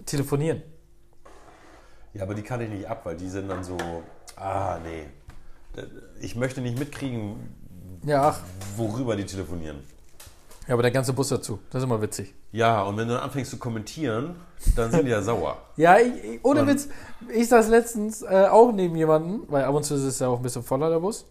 [SPEAKER 1] telefonieren.
[SPEAKER 2] Ja, aber die kann ich nicht ab, weil die sind dann so, ah, nee. Ich möchte nicht mitkriegen,
[SPEAKER 1] Ja, ach.
[SPEAKER 2] worüber die telefonieren.
[SPEAKER 1] Ja, aber der ganze Bus dazu. Das ist immer witzig.
[SPEAKER 2] Ja, und wenn du dann anfängst zu kommentieren, dann sind die ja sauer.
[SPEAKER 1] Ja, ich, ich, ohne
[SPEAKER 2] Und-
[SPEAKER 1] Witz, ich saß letztens äh, auch neben jemanden, weil ab und zu ist es ja auch ein bisschen voller, der Bus.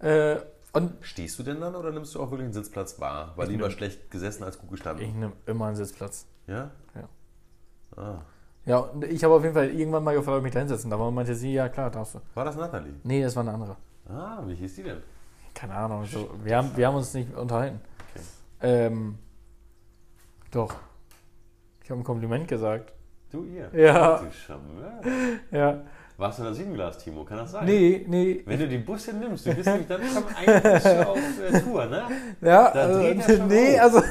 [SPEAKER 1] Äh, und
[SPEAKER 2] Stehst du denn dann oder nimmst du auch wirklich einen Sitzplatz wahr? War lieber schlecht gesessen als gut
[SPEAKER 1] ich
[SPEAKER 2] gestanden.
[SPEAKER 1] nehme immer einen Sitzplatz.
[SPEAKER 2] Ja?
[SPEAKER 1] Ja.
[SPEAKER 2] Ah.
[SPEAKER 1] Ja, und ich habe auf jeden Fall irgendwann mal gefragt, ob ich mich da hinsetzen darf. Und meinte sie, ja klar, darfst du.
[SPEAKER 2] War das Nathalie?
[SPEAKER 1] Nee, das war eine andere.
[SPEAKER 2] Ah, wie hieß die denn?
[SPEAKER 1] Keine Ahnung. So, wir, haben, wir haben uns nicht unterhalten.
[SPEAKER 2] Okay.
[SPEAKER 1] Ähm, doch. Ich habe ein Kompliment gesagt.
[SPEAKER 2] Du ihr.
[SPEAKER 1] Ja,
[SPEAKER 2] Du Schammer.
[SPEAKER 1] ja.
[SPEAKER 2] Warst du in der Siebenglas, Timo? Kann das sein?
[SPEAKER 1] Nee, nee.
[SPEAKER 2] Wenn du die Busse nimmst, du bist nämlich dann schon eigentlich schon auf äh, Tour, ne?
[SPEAKER 1] Ja,
[SPEAKER 2] Da dreht er
[SPEAKER 1] also,
[SPEAKER 2] schon
[SPEAKER 1] nee,
[SPEAKER 2] auf.
[SPEAKER 1] also.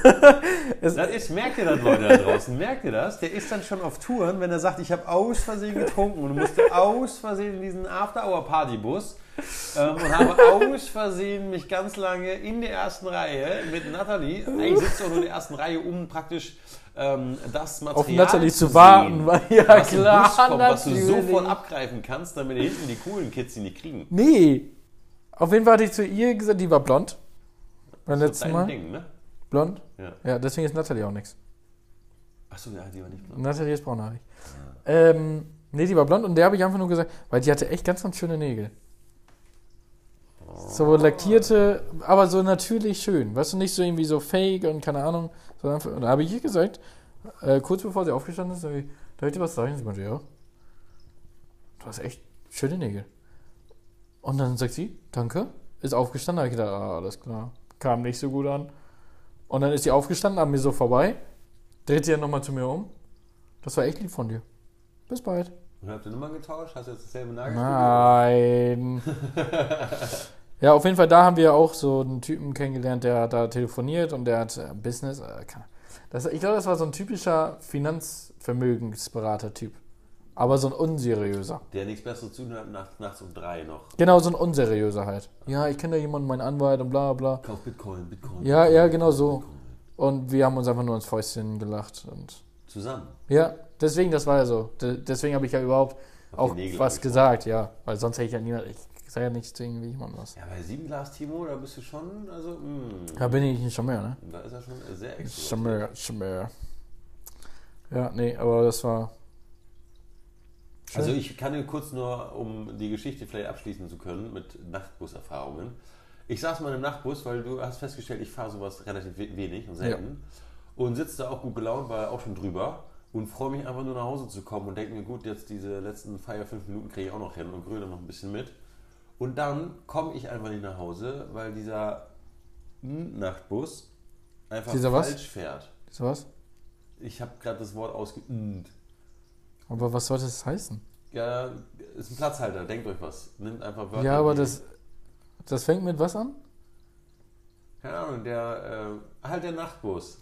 [SPEAKER 2] Das ist, merkt ihr das, Leute da draußen? Merkt ihr das? Der ist dann schon auf Touren, wenn er sagt, ich habe aus Versehen getrunken und musste aus Versehen in diesen After-Hour-Party-Bus ähm, und habe aus Versehen mich ganz lange in der ersten Reihe mit Nathalie, eigentlich sitzt auch nur in der ersten Reihe, um praktisch ähm, das Material
[SPEAKER 1] Nathalie zu
[SPEAKER 2] sehen,
[SPEAKER 1] warten, weil- ja,
[SPEAKER 2] was im
[SPEAKER 1] klar,
[SPEAKER 2] Bus kommt, was du
[SPEAKER 1] natürlich.
[SPEAKER 2] sofort abgreifen kannst, damit hinten die coolen Kids sie nicht kriegen.
[SPEAKER 1] Nee. Auf jeden Fall hatte ich zu ihr gesagt, die war blond. Beim letzten
[SPEAKER 2] Dein
[SPEAKER 1] Mal.
[SPEAKER 2] Ding, ne?
[SPEAKER 1] Blond.
[SPEAKER 2] Ja.
[SPEAKER 1] Ja, deswegen ist Natalie auch nichts.
[SPEAKER 2] Achso, ja, die war nicht blond.
[SPEAKER 1] Natalie ist braunhaarig. Ähm, nee, die war blond und der habe ich einfach nur gesagt, weil die hatte echt ganz, ganz schöne Nägel. So lackierte, aber so natürlich schön. Weißt du, nicht so irgendwie so fake und keine Ahnung. Sondern einfach, und da habe ich ihr gesagt, äh, kurz bevor sie aufgestanden ist, habe ich, darf ich dir was sagen? Sie meinte, ja. Du hast echt schöne Nägel. Und dann sagt sie, danke. Ist aufgestanden, habe ich gedacht, ah, alles klar. Kam nicht so gut an. Und dann ist sie aufgestanden, an mir so vorbei, dreht sie dann nochmal zu mir um. Das war echt lieb von dir. Bis bald.
[SPEAKER 2] Und habt ihr Nummern getauscht? Hast du jetzt
[SPEAKER 1] Ah,
[SPEAKER 2] dasselbe Nagelstudio?
[SPEAKER 1] Nein. ja, auf jeden Fall, da haben wir auch so einen Typen kennengelernt, der hat da telefoniert und der hat äh, Business. Äh, keine- das, ich glaube, das war so ein typischer Finanzvermögensberater-Typ. Aber so ein unseriöser.
[SPEAKER 2] Der nichts Besseres zu tun hat, nach, nachts um drei noch.
[SPEAKER 1] Genau, so ein unseriöser halt. Ja, ich kenne da jemanden, meinen Anwalt und bla bla.
[SPEAKER 2] Kauf Bitcoin, Bitcoin.
[SPEAKER 1] Ja,
[SPEAKER 2] Bitcoin,
[SPEAKER 1] ja, genau so.
[SPEAKER 2] Bitcoin.
[SPEAKER 1] Und wir haben uns einfach nur ins Fäustchen gelacht. Und
[SPEAKER 2] Zusammen.
[SPEAKER 1] ja, deswegen, das war ja so. De deswegen habe ich ja überhaupt
[SPEAKER 2] Auf
[SPEAKER 1] auch
[SPEAKER 2] die Nägel
[SPEAKER 1] was
[SPEAKER 2] angesprochen.
[SPEAKER 1] gesagt, ja. Weil sonst hätte ich ja niemand. Ich sage ja nichts irgendwie jemand was.
[SPEAKER 2] Ja, bei sieben Glas Timo, da bist du schon, also, mh,
[SPEAKER 1] Da bin ich ein Charmeur, ne?
[SPEAKER 2] da ist er schon sehr extra.
[SPEAKER 1] Charmeur, Charmeur. Ja, nee, aber das war.
[SPEAKER 2] Also ich kann dir kurz nur, um die Geschichte vielleicht abschließen zu können, mit Nachtbuserfahrungen. Ich saß mal im Nachtbus, weil du hast festgestellt, ich fahre sowas relativ we- wenig und selten. Und sitze da auch gut gelaunt, war auch schon drüber. Und freue mich einfach nur nach Hause zu kommen und denke mir, gut, jetzt diese letzten Feier fünf Minuten kriege ich auch noch hin und gröle noch ein bisschen mit. Und dann komme ich einfach nicht nach Hause, weil dieser Nachtbus einfach
[SPEAKER 1] Dieser was?
[SPEAKER 2] falsch fährt.
[SPEAKER 1] Ist was?
[SPEAKER 2] Ich habe gerade das Wort ausge...
[SPEAKER 1] Aber was sollte das heißen?
[SPEAKER 2] Ja, ist ein Platzhalter, denkt euch was. Nimmt einfach Wörter.
[SPEAKER 1] Ja, aber
[SPEAKER 2] die-
[SPEAKER 1] das. Das fängt mit was an?
[SPEAKER 2] Keine Ahnung, der. Äh, halt der Nachtbus.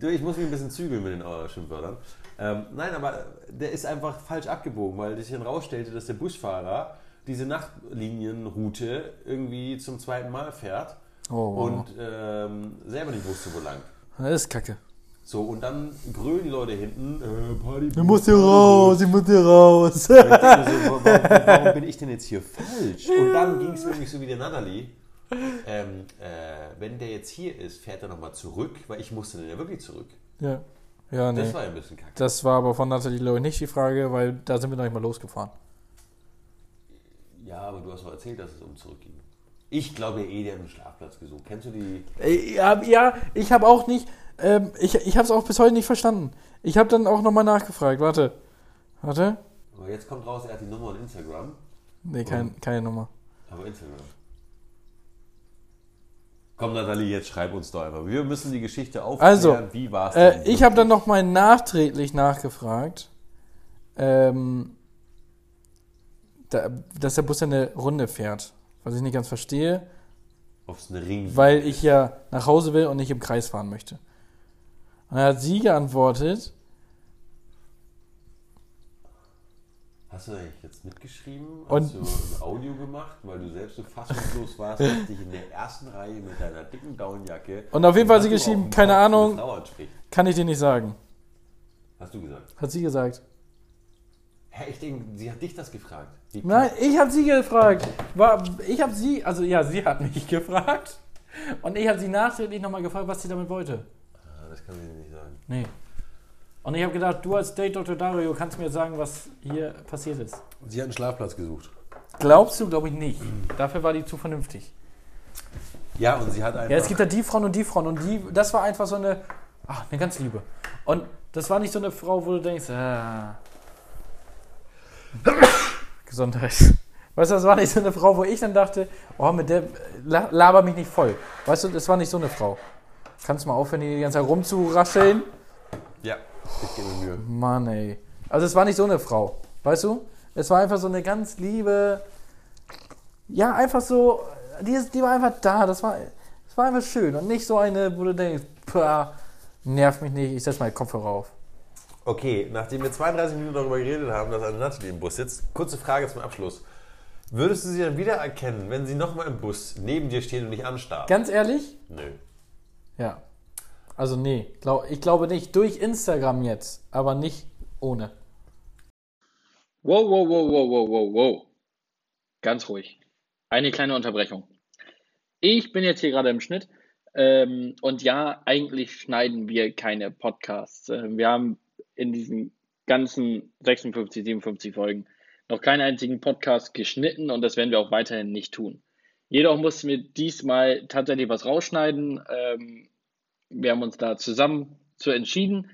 [SPEAKER 2] Du, ich muss mich ein bisschen zügeln mit den äh, Schimpfwörtern. Ähm, nein, aber der ist einfach falsch abgebogen, weil sich dann rausstellte, dass der Busfahrer diese Nachtlinienroute irgendwie zum zweiten Mal fährt
[SPEAKER 1] Oh, wow.
[SPEAKER 2] und ähm, selber nicht wusste, wo lang.
[SPEAKER 1] das ist kacke.
[SPEAKER 2] So, und dann grölen die Leute hinten, äh, Party.
[SPEAKER 1] Ich muss hier raus, ich muss hier raus.
[SPEAKER 2] Ich dachte mir so, wa- wa- warum bin ich denn jetzt hier falsch? Und dann ging es nämlich so wie der Natalie. Ähm, äh, wenn der jetzt hier ist, fährt er nochmal zurück, weil ich musste dann ja wirklich zurück.
[SPEAKER 1] Ja, ja nee. Das
[SPEAKER 2] Das
[SPEAKER 1] war,
[SPEAKER 2] war ja ein bisschen kacke.
[SPEAKER 1] aber von Nathalie Lowe nicht die Frage, weil da sind wir noch nicht mal losgefahren.
[SPEAKER 2] Ja, aber du hast doch erzählt, dass es um zurück ging. Ich glaube ja eh, der hat einen Schlafplatz gesucht. Kennst du die?
[SPEAKER 1] Äh, Ja, ja ich habe auch nicht, ähm, ich, ich habe es auch bis heute nicht verstanden. Ich habe dann auch nochmal nachgefragt. Warte, warte.
[SPEAKER 2] Aber jetzt kommt raus, er hat die Nummer und Instagram.
[SPEAKER 1] Nee, kein, keine Nummer.
[SPEAKER 2] Aber Instagram. Komm, Nathalie, jetzt schreib uns doch einfach. Wir müssen die Geschichte aufklären.
[SPEAKER 1] Also,
[SPEAKER 2] wie war es
[SPEAKER 1] Äh, ich habe dann nochmal nachträglich nachgefragt, ähm, da, dass der Bus ja eine Runde fährt. Was ich nicht ganz verstehe.
[SPEAKER 2] Auf den Ring.
[SPEAKER 1] weil ich ja nach Hause will und nicht im Kreis fahren möchte. Und dann hat sie geantwortet,
[SPEAKER 2] Hast du eigentlich jetzt mitgeschrieben? Hast
[SPEAKER 1] Und-
[SPEAKER 2] du ein Audio gemacht, weil du selbst so fassungslos warst, dass dich in der ersten Reihe mit deiner dicken Daunenjacke.
[SPEAKER 1] Und auf jeden Fall hat sie
[SPEAKER 2] Nachbarn
[SPEAKER 1] geschrieben,
[SPEAKER 2] auf dem
[SPEAKER 1] keine
[SPEAKER 2] Kopf
[SPEAKER 1] Ahnung.
[SPEAKER 2] Dauern spricht.
[SPEAKER 1] kann ich dir nicht sagen.
[SPEAKER 2] Hast du gesagt.
[SPEAKER 1] Hat sie gesagt.
[SPEAKER 2] Hä, ich denke, sie hat dich das gefragt. Wie
[SPEAKER 1] Nein, ich habe sie gefragt. War, ich habe sie, also ja, sie hat mich gefragt. Und ich habe sie nachträglich nochmal gefragt, was sie damit wollte.
[SPEAKER 2] Ah, das kann ich dir nicht sagen.
[SPEAKER 1] Nee. Und ich habe gedacht, du als Date Dr. Dario kannst mir sagen, was hier passiert ist.
[SPEAKER 2] Sie hat einen Schlafplatz gesucht.
[SPEAKER 1] Glaubst du, glaube ich nicht. Mhm. Dafür war die zu vernünftig.
[SPEAKER 2] Ja, und sie hat einfach.
[SPEAKER 1] Ja, es gibt da die Frauen und die Frauen und die, das war einfach so eine, ach, eine ganz liebe. Und das war nicht so eine Frau, wo du denkst, ah. Gesundheit. Weißt du, das war nicht so eine Frau, wo ich dann dachte, oh, mit der äh, la- laber mich nicht voll. Weißt du, das war nicht so eine Frau. Kannst du mal aufhören, hier die ganze Zeit rumzurascheln?
[SPEAKER 2] ja, ich gebe mir Mühe.
[SPEAKER 1] Mann, ey. Also es war nicht so eine Frau, weißt du? Es war einfach so eine ganz liebe, ja, einfach so, die, ist, die war einfach da, das war, das war einfach schön und nicht so eine, wo du denkst, pah, nerv mich nicht, ich setz mal Kopfhörer auf.
[SPEAKER 2] Okay, nachdem wir 32 Minuten darüber geredet haben, dass eine Natalie im Bus sitzt, kurze Frage zum Abschluss. Würdest du sie dann wieder erkennen, wenn sie nochmal im Bus neben dir steht und dich anstarrt?
[SPEAKER 1] Ganz ehrlich?
[SPEAKER 2] Nö.
[SPEAKER 1] Ja. Also nee, glaub, ich glaube nicht, durch Instagram jetzt, aber nicht ohne.
[SPEAKER 5] Wow, wow, wow, wow, wow, wow, wow. Ganz ruhig. Eine kleine Unterbrechung. Ich bin jetzt hier gerade im Schnitt. Ähm, und ja, eigentlich schneiden wir keine Podcasts. Ähm, wir haben in diesen ganzen 56, 57 Folgen noch keinen einzigen Podcast geschnitten und das werden wir auch weiterhin nicht tun. Jedoch mussten wir diesmal tatsächlich was rausschneiden. Ähm, wir haben uns da zusammen zu entschieden,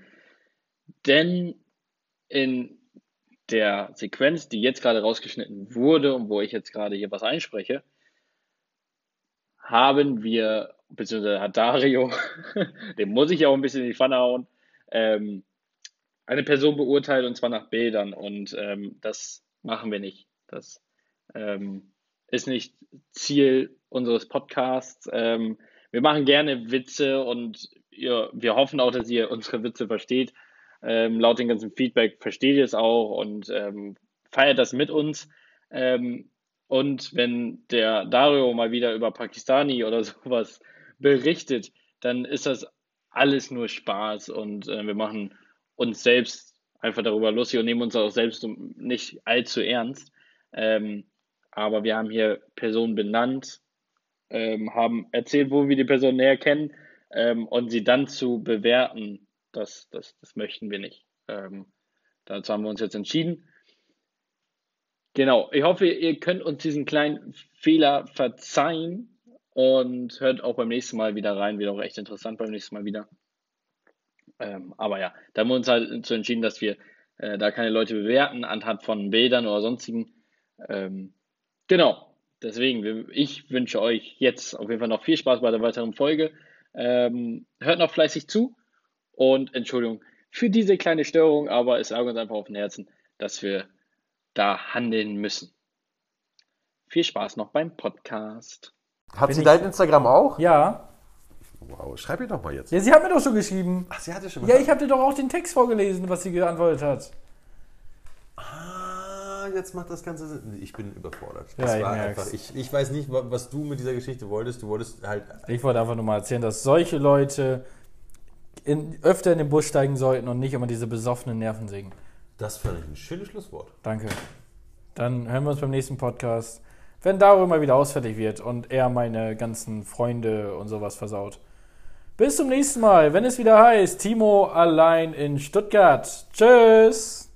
[SPEAKER 5] denn in der Sequenz, die jetzt gerade rausgeschnitten wurde und wo ich jetzt gerade hier was einspreche, haben wir, beziehungsweise hat Dario, dem muss ich auch ein bisschen in die Pfanne hauen, ähm, eine Person beurteilt und zwar nach Bildern und ähm, das machen wir nicht. Das ähm, ist nicht Ziel unseres Podcasts. Ähm, wir machen gerne Witze und ihr, wir hoffen auch, dass ihr unsere Witze versteht. Ähm, laut dem ganzen Feedback versteht ihr es auch und ähm, feiert das mit uns. Ähm, und wenn der Dario mal wieder über Pakistani oder sowas berichtet, dann ist das alles nur Spaß und äh, wir machen uns selbst einfach darüber lustig und nehmen uns auch selbst nicht allzu ernst. Ähm, aber wir haben hier Personen benannt, ähm, haben erzählt, wo wir die Person näher kennen ähm, und sie dann zu bewerten, das, das, das möchten wir nicht. Ähm, dazu haben wir uns jetzt entschieden. Genau, ich hoffe, ihr könnt uns diesen kleinen Fehler verzeihen und hört auch beim nächsten Mal wieder rein. Wird auch echt interessant beim nächsten Mal wieder. Ähm, aber ja, da haben wir uns halt dazu entschieden, dass wir äh, da keine Leute bewerten anhand von Bildern oder sonstigen. Ähm, Genau. Deswegen, wir- ich wünsche euch jetzt auf jeden Fall noch viel Spaß bei der weiteren Folge. Ähm, hört noch fleißig zu und Entschuldigung für diese kleine Störung, aber es lag uns einfach auf dem Herzen, dass wir da handeln müssen. Viel Spaß noch beim Podcast.
[SPEAKER 2] Hat
[SPEAKER 1] Bin
[SPEAKER 2] sie
[SPEAKER 1] ich-
[SPEAKER 2] dein Instagram auch?
[SPEAKER 1] Ja.
[SPEAKER 2] Wow, schreib ihr doch mal jetzt.
[SPEAKER 1] Ja, sie hat mir doch schon geschrieben.
[SPEAKER 2] Ach, sie hatte schon
[SPEAKER 1] Ja, ich habe dir doch auch den Text vorgelesen, was sie geantwortet hat.
[SPEAKER 2] Ah, jetzt macht das Ganze Sinn. Ich bin überfordert.
[SPEAKER 1] Ja,
[SPEAKER 2] das
[SPEAKER 1] ich
[SPEAKER 2] war
[SPEAKER 1] merk's.
[SPEAKER 2] einfach, ich, ich weiß nicht, wa- was du mit dieser Geschichte wolltest. Du wolltest halt.
[SPEAKER 1] Ich wollte einfach nur mal erzählen, dass solche Leute in, öfter in den Bus steigen sollten und nicht immer diese besoffenen Nerven singen.
[SPEAKER 2] Das fand ich ein schönes Schlusswort.
[SPEAKER 1] Danke. Dann hören wir uns beim nächsten Podcast, wenn Dario mal wieder ausfällig wird und er meine ganzen Freunde und sowas versaut. Bis zum nächsten Mal, wenn es wieder heißt, Timo allein in Stuttgart. Tschüss.